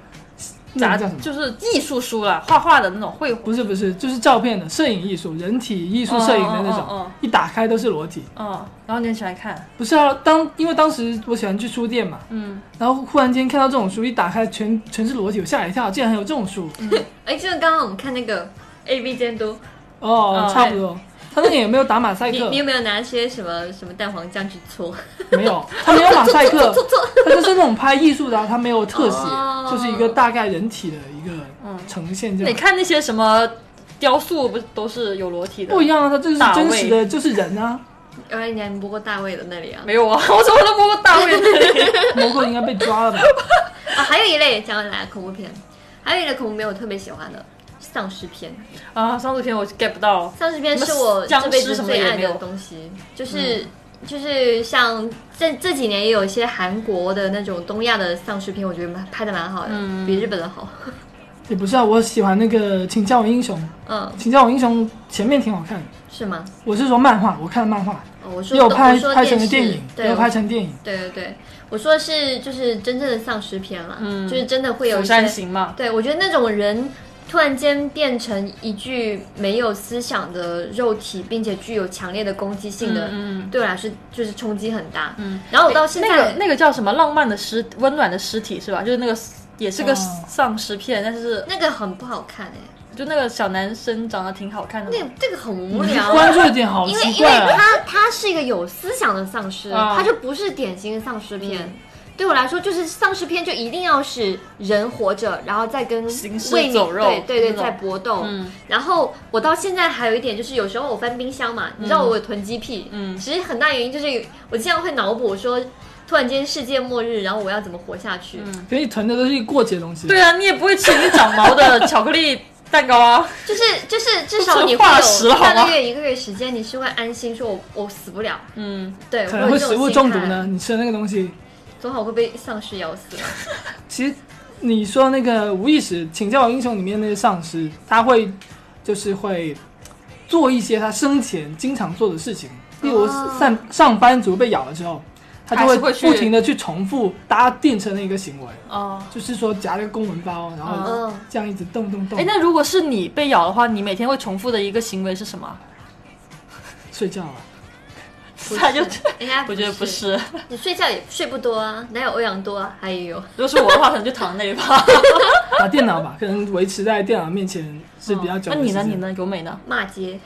Speaker 3: 那个叫什么？
Speaker 1: 就是艺术书啦，画画的那种绘画。
Speaker 3: 不是不是，就是照片的摄影艺术、人体艺术摄影的
Speaker 1: 哦哦哦
Speaker 3: 那种
Speaker 1: 哦，
Speaker 3: 一打开都是裸体。
Speaker 1: 嗯，然后你很喜欢看，
Speaker 3: 不是啊，当因为当时我喜欢去书店嘛，
Speaker 1: 嗯，
Speaker 3: 然后忽然间看到这种书，一打开全全是裸体，我吓一跳，竟然还有这种书。
Speaker 1: 嗯
Speaker 2: 哎，就是刚刚我们看那个 A V 监督，
Speaker 3: 哦
Speaker 1: 嗯，
Speaker 3: 差不多。他那个也没有打马赛
Speaker 2: 你
Speaker 3: 克
Speaker 2: 你，有没有拿些什么什么蛋黄酱去搓？
Speaker 3: 没有，他没有马啊赛 克
Speaker 2: 搓，搓，
Speaker 3: 他就是那种拍艺术的啊，他没有特写
Speaker 2: 哦，
Speaker 3: 就是一个大概人体的一个呈现这
Speaker 1: 你
Speaker 3: 样。
Speaker 1: 看那些什么雕塑，不是都是有裸体的？
Speaker 2: 哦
Speaker 3: 不一样啊，他这是
Speaker 1: 大
Speaker 3: 真
Speaker 1: 卫
Speaker 3: 实的，就是人啊。
Speaker 2: 要不然你还摸过大卫的那里啊？
Speaker 1: 没有啊， 我怎么都摸过大卫那里？
Speaker 3: 蘑菇应该被抓了吧？
Speaker 2: 啊，还有一类讲回来恐怖片，还有一类恐怖片我特别喜欢的丧尸片。
Speaker 1: 啊，上次片我 get 不到。
Speaker 2: 丧尸片是我这辈子最爱的东西，
Speaker 3: 嗯
Speaker 2: 就是就是像这这几年也有一些韩国的那种东亚的丧尸片，我觉得蛮拍的蛮好的，
Speaker 3: 嗯
Speaker 2: 比日本的好。
Speaker 3: 也不是啊，我喜欢那个《请叫我英雄》，
Speaker 2: 嗯，
Speaker 3: 《请叫我英雄》前面挺好看的。
Speaker 2: 是吗？
Speaker 3: 我是说漫画，我看漫画，
Speaker 2: 哦，我
Speaker 3: 也
Speaker 2: 说
Speaker 3: 有
Speaker 2: 我
Speaker 3: 拍
Speaker 2: 说
Speaker 3: 拍成的
Speaker 2: 电
Speaker 3: 电
Speaker 2: 视
Speaker 3: 影，也
Speaker 2: 对
Speaker 3: 有拍成电影。
Speaker 2: 对对对，我说的是就是真正的丧尸片啦，
Speaker 3: 嗯
Speaker 2: 就是真的会有
Speaker 1: 釜
Speaker 2: 一
Speaker 1: 山
Speaker 2: 些，
Speaker 1: 行嘛，
Speaker 2: 对我觉得那种人突然间变成一具没有思想的肉体，并且具有强烈的攻击性的，
Speaker 1: 嗯哎
Speaker 2: 对我来说就是冲击很大。嗯，然后我到现在、
Speaker 1: 那个那个叫什么浪漫的尸，温暖的尸体是吧？就是那个也是个
Speaker 3: 哦
Speaker 1: 丧尸片，但是
Speaker 2: 那个很不好看哎、
Speaker 1: 就那个小男生长得挺好看的
Speaker 2: 那
Speaker 1: 嘛，
Speaker 2: 个这个很无
Speaker 3: 你
Speaker 2: 聊。啊
Speaker 3: 关注的点好
Speaker 2: 因为
Speaker 3: 奇
Speaker 2: 因为
Speaker 3: 怪啊！
Speaker 2: 他他是一个有思想的丧尸，
Speaker 1: 啊
Speaker 2: 他就不是典型的丧尸片。
Speaker 1: 嗯
Speaker 2: 对我来说，就是丧尸片就一定要是人活着，然后再跟
Speaker 1: 行尸
Speaker 2: 为你
Speaker 1: 走肉
Speaker 2: 对对对
Speaker 1: 那种
Speaker 2: 在搏斗。
Speaker 1: 嗯
Speaker 2: 然后我到现在还有一点就是，有时候我翻冰箱嘛，你知道我有囤积癖，
Speaker 1: 嗯
Speaker 2: 其实很大原因就是我经常会脑补说，突然间世界末日，然后我要怎么活下去？
Speaker 1: 嗯
Speaker 3: 给你囤的都是过期的东西。
Speaker 1: 对啊，你也不会吃你长毛的巧克力蛋糕啊，
Speaker 2: 就是就是至少你
Speaker 1: 化石
Speaker 2: 会
Speaker 1: 了
Speaker 2: 有
Speaker 1: 好吗
Speaker 2: 半个月一个月时间，你是会安心说我我死不了，
Speaker 1: 嗯，
Speaker 2: 对，
Speaker 3: 可
Speaker 2: 我
Speaker 3: 能
Speaker 2: 有
Speaker 3: 会
Speaker 2: 这种
Speaker 3: 食物
Speaker 2: 心
Speaker 3: 中毒
Speaker 2: 态
Speaker 3: 呢。，你吃的那个东西，
Speaker 2: 总好会被丧尸咬死吧。
Speaker 3: 其实你说那个无意识《请叫我英雄》里面那些丧尸，他会就是会做一些他生前经常做的事情，例如
Speaker 2: 哦
Speaker 3: 上上班族被咬了之后，他就
Speaker 1: 还啊是会去
Speaker 3: 不停的去重复搭电车的一个行为，
Speaker 1: 哦。
Speaker 3: 就是说夹了个公文包，然后
Speaker 2: 嗯，
Speaker 3: 这样一直动动动
Speaker 1: 哎，，那如果是你被咬的话，你每天会重复的一个行为是什么？
Speaker 3: 睡觉了。啊
Speaker 1: 他 就
Speaker 2: 人家
Speaker 1: 我觉得不
Speaker 2: 是，
Speaker 1: 是，
Speaker 2: 你睡觉也睡不多啊，哪有欧阳多啊？还有，
Speaker 1: 如果是我的话，可能就躺那吧。
Speaker 3: 打电脑吧，可能维持在电脑面前是 比较久
Speaker 1: 哦那
Speaker 3: 的
Speaker 1: 你呢？
Speaker 3: 时间
Speaker 1: 你？呢？有美呢？
Speaker 2: 骂街，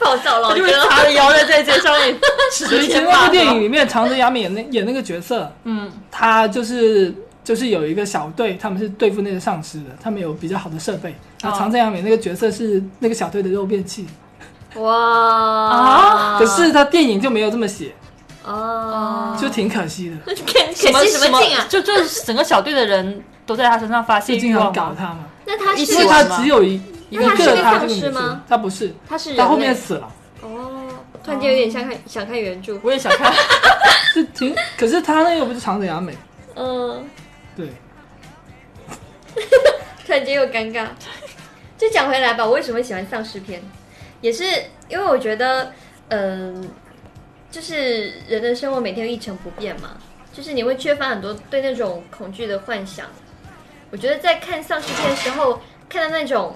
Speaker 2: 暴躁老
Speaker 1: 他就会
Speaker 2: 哥，
Speaker 1: 叉着腰在在街上面哦 指着
Speaker 3: 以前
Speaker 1: 天
Speaker 3: 那
Speaker 1: 骂
Speaker 3: 部电影里面，长泽雅美演那演那个角色，
Speaker 1: 嗯
Speaker 3: 他就是就是有一个小队，他们是对付那个丧尸的，他们有比较好的设备。然后
Speaker 1: 哦
Speaker 3: 长泽雅美那个角色是那个小队的肉便器，
Speaker 2: 哇
Speaker 1: 啊
Speaker 3: 可是他电影就没有这么写，
Speaker 2: 哦，
Speaker 3: 就挺可惜的。
Speaker 2: 可可惜什么劲啊？
Speaker 1: 就这整个小队的人都在他身上发泄
Speaker 3: 就经
Speaker 1: 欲
Speaker 3: 常
Speaker 1: 望
Speaker 3: 搞
Speaker 1: 嘛。
Speaker 3: 他嘛，
Speaker 2: 那他
Speaker 1: 一
Speaker 2: 是
Speaker 3: 因为他只有一一
Speaker 2: 那
Speaker 3: 个
Speaker 2: 他是个
Speaker 3: 他这
Speaker 2: 丧
Speaker 3: 个女
Speaker 2: 尸
Speaker 3: 生
Speaker 2: 吗，
Speaker 3: 他不是，
Speaker 2: 他是人类
Speaker 3: 他后面死了。
Speaker 2: 哦，突然间有点想看想看原著，
Speaker 1: 我也想看，
Speaker 3: 是挺，可是他那个不是长腿阿美，
Speaker 2: 嗯，
Speaker 3: 对，
Speaker 2: 突然间又尴尬。 就讲回来吧，我为什么喜欢丧尸片，也是因为我觉得，嗯、就是人的生活每天一成不变嘛，就是你会缺乏很多对那种恐惧的幻想。我觉得在看丧尸片的时候，看到那种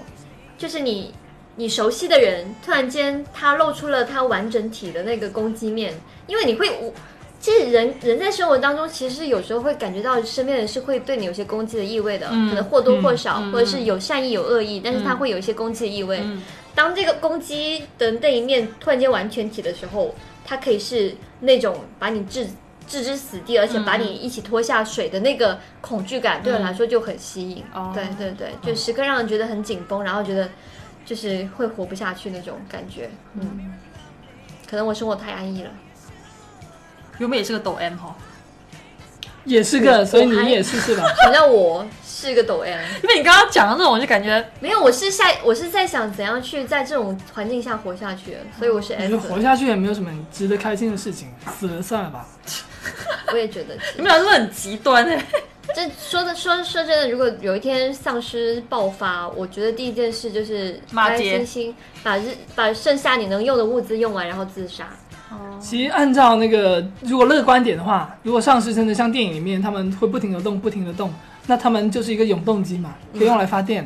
Speaker 2: 就是你你熟悉的人，突然间他露出了他完整体的那个攻击面，因为你会无。其实人人在生活当中，其实有时候会感觉到身边人是会对你有些攻击的意味的，
Speaker 1: 嗯
Speaker 2: 可能或多或少，
Speaker 1: 嗯嗯
Speaker 2: 或者是有善意有恶意，但是他
Speaker 1: 嗯
Speaker 2: 会有一些攻击的意味。
Speaker 1: 嗯
Speaker 2: 当这个攻击的那一面突然间完全体的时候，它可以是那种把你置置之死地，而且
Speaker 1: 嗯
Speaker 2: 把你一起拖下水的那个恐惧感，对我来说就很吸引。
Speaker 1: 哦
Speaker 2: 对对对，就时刻让人觉得很紧绷，然后觉得就是会活不下去那种感觉。嗯，可能我生活太安逸了。
Speaker 1: 优美也是个抖 M 哈，
Speaker 3: 也是个，所以
Speaker 2: 我还
Speaker 3: 你也是是吧？
Speaker 2: 好像我是个抖 M，
Speaker 1: 因为你刚刚讲的那种，我就感觉
Speaker 2: 没有，我是下，我是在想怎样去在这种环境下活下去，所以我是
Speaker 3: 我
Speaker 1: 嗯
Speaker 3: 觉
Speaker 2: S，
Speaker 3: 得活下去也没有什么很值得开心的事情，死了算了吧。
Speaker 2: 我也觉得是
Speaker 1: 你们俩是不是很极端哎、
Speaker 2: 这说的说说真的，如果有一天丧尸爆发，我觉得第一件事就是
Speaker 1: 骂
Speaker 2: 开
Speaker 1: 街
Speaker 2: 心心把日把剩下你能用的物资用完，然后自杀。
Speaker 3: 其实按照那个，如果乐观点的话，如果丧尸真的像电影里面，他们会不停的动，不停的动，那他们就是一个永动机嘛，可以用来发电。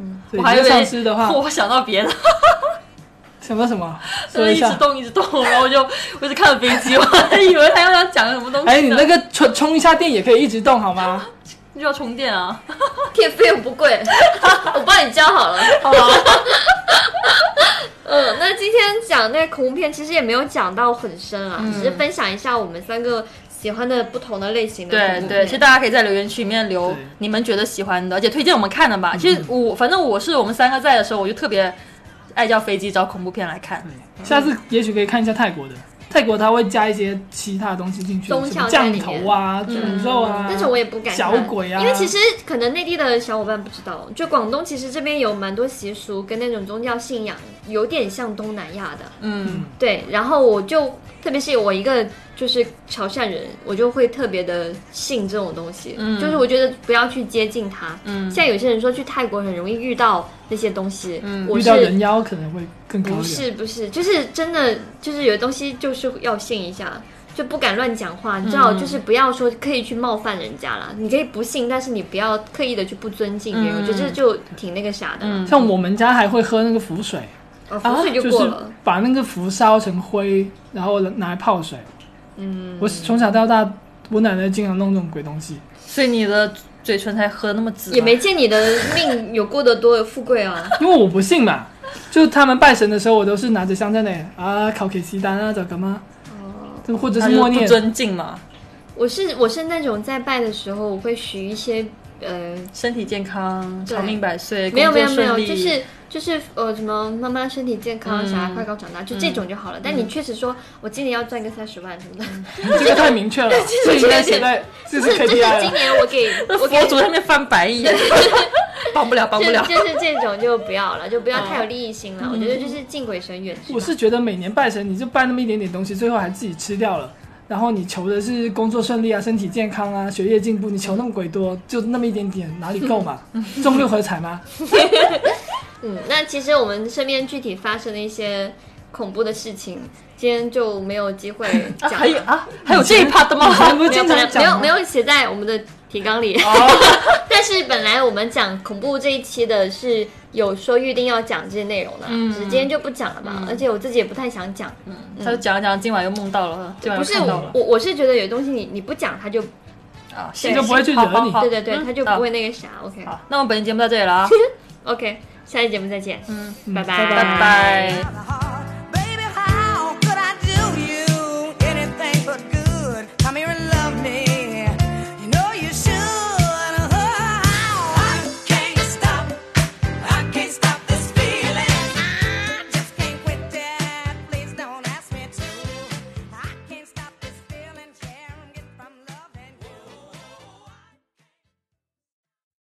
Speaker 3: 嗯，
Speaker 1: 我
Speaker 3: 所以
Speaker 1: 还以
Speaker 3: 这个
Speaker 1: 为
Speaker 3: 丧尸的话，
Speaker 1: 我想到别的，
Speaker 3: 想到什么？
Speaker 1: 就
Speaker 3: 说
Speaker 1: 是
Speaker 3: 一
Speaker 1: 一直
Speaker 3: 下。
Speaker 1: 动一直动，然后我就我就看了飞机，我还以为他要要讲什么东西呢。
Speaker 3: 哎，你那个充充一下电也可以一直动好吗？
Speaker 1: 就要充电啊！
Speaker 2: 电费又不贵， 我帮你交好了。
Speaker 3: 哦
Speaker 1: 好吧，
Speaker 2: 嗯，那今天讲那个恐怖片，其实也没有讲到很深啊，只
Speaker 1: 嗯
Speaker 2: 是分享一下我们三个喜欢的不同的类型的恐
Speaker 1: 对
Speaker 2: 怖
Speaker 1: 对，
Speaker 2: 片。
Speaker 1: 其实大家可以在留言区里面留
Speaker 3: 对嗯
Speaker 1: 你们觉得喜欢的，而且推荐我们看的吧。其实我反正我是我们三个在的时候，我就特别爱叫飞机找恐怖片来看。
Speaker 3: 下次也许可以看一下泰国的，泰国它会加一些其他东西进去，
Speaker 2: 宗
Speaker 3: 什
Speaker 2: 教
Speaker 3: 么
Speaker 2: 在里
Speaker 3: 降
Speaker 2: 面
Speaker 3: 头啊、诅咒啊。
Speaker 2: 但是我也不敢看
Speaker 3: 小鬼啊
Speaker 2: 因为其实可能内地的小伙伴不知道，就广东其实这边有蛮多习俗跟那种宗教信仰有点像东南亚的，
Speaker 1: 嗯，
Speaker 2: 对。然后我就特别是我一个就是潮汕人，我就会特别的信这种东西，
Speaker 1: 嗯
Speaker 2: 就是我觉得不要去接近它。
Speaker 1: 嗯
Speaker 2: 像有些人说去泰国很容易遇到那些东西，
Speaker 1: 嗯
Speaker 2: 我
Speaker 3: 遇
Speaker 2: 是
Speaker 3: 到人妖可能会更高
Speaker 2: 不
Speaker 3: 一点。
Speaker 2: 是不是，就是真的，就是有的东西就是要信一下，就不敢乱讲
Speaker 1: 嗯
Speaker 2: 话，你知道，就是不要说刻意去冒犯人家啦。你可以不信，但是你不要刻意的去不尊敬别
Speaker 1: 嗯
Speaker 2: 人，我觉得这就挺那个啥的啦。
Speaker 3: 像我们家还会喝那个符水，
Speaker 2: 哦，浮水就过
Speaker 3: 啊是
Speaker 2: 了，
Speaker 3: 把那个符烧成灰，然后拿来泡水。嗯，我从小到大，我奶奶经常弄这种鬼东西。
Speaker 1: 所以你的嘴唇才喝那么紫吗，
Speaker 2: 也没见你的命有过得多富贵啊。
Speaker 3: 因为我不信嘛，就他们拜神的时候，我都是拿着香在那里啊，烤给西丹啊，找干嘛？
Speaker 2: 哦
Speaker 3: 就或者
Speaker 1: 他
Speaker 3: 是
Speaker 1: 就是
Speaker 3: 默
Speaker 1: 不
Speaker 3: 念，
Speaker 1: 尊敬嘛，
Speaker 2: 我是我是那种在拜的时候，我会许一些呃
Speaker 1: 身体健康，
Speaker 2: 对
Speaker 1: 长命百岁，
Speaker 2: 没有没
Speaker 1: 工
Speaker 2: 有
Speaker 1: 作
Speaker 2: 没
Speaker 1: 顺利
Speaker 2: 有，
Speaker 1: 嗯
Speaker 2: 就是就是呃什么妈妈身体健康，小孩快高长大，就这种就好了。但你确实说我今年要赚个三十万什 么的，
Speaker 3: 这个太明确 了，这应该写在这
Speaker 2: 不
Speaker 3: 是
Speaker 2: 是，就是
Speaker 3: KPI
Speaker 2: 今
Speaker 3: 了。
Speaker 2: 年我给我给
Speaker 1: 佛祖在那边翻白 眼，帮不了帮不
Speaker 2: 就
Speaker 1: 了。嗯
Speaker 2: 就是这种就不要了，就不要太有利益心了。我觉得就是敬鬼神远之
Speaker 3: 我。是觉得每年拜神，你就拜那么一点点东西，最后还自己吃掉了。然后你求的是工作顺利啊、身体健康啊、学业进步，你求那么鬼多，就那么一点点，哪里够 嘛？中六合彩吗？
Speaker 2: 嗯，那其实我们身边具体发生的一些恐怖的事情，今天就没有机会
Speaker 1: 啊，
Speaker 2: 讲
Speaker 1: 还有
Speaker 2: 了。
Speaker 1: 啊，还
Speaker 3: 嗯
Speaker 1: 有这一 part 的吗
Speaker 3: 以？前不是
Speaker 2: 没有
Speaker 3: 经
Speaker 2: 本
Speaker 3: 常
Speaker 2: 来
Speaker 3: 讲
Speaker 2: 没有
Speaker 3: 吗
Speaker 2: 没有写在我们的提纲里， 但是本来我们讲恐怖这一期的是有说预定要讲这些内容的，
Speaker 1: 嗯
Speaker 2: 只是今天就不讲了吧。而且我自己也不太想讲，
Speaker 3: 嗯
Speaker 1: 他就讲一讲，今晚又梦到了，今晚
Speaker 2: 嗯
Speaker 1: 又
Speaker 2: 不是
Speaker 1: 看到
Speaker 2: 我
Speaker 1: 了
Speaker 2: 我我是觉得有东西你你不讲它就
Speaker 1: 啊，
Speaker 2: 对
Speaker 1: 行
Speaker 3: 就不会去
Speaker 1: 好
Speaker 3: 惹
Speaker 1: 好
Speaker 3: 你
Speaker 1: 好
Speaker 2: 对对对，
Speaker 1: 嗯
Speaker 2: 它就不会那个啥。OK
Speaker 1: 好。好那我们本期节目到这里了啊，
Speaker 2: OK，下期节目再见。嗯，拜拜
Speaker 3: 拜
Speaker 1: 拜拜。
Speaker 4: Bye.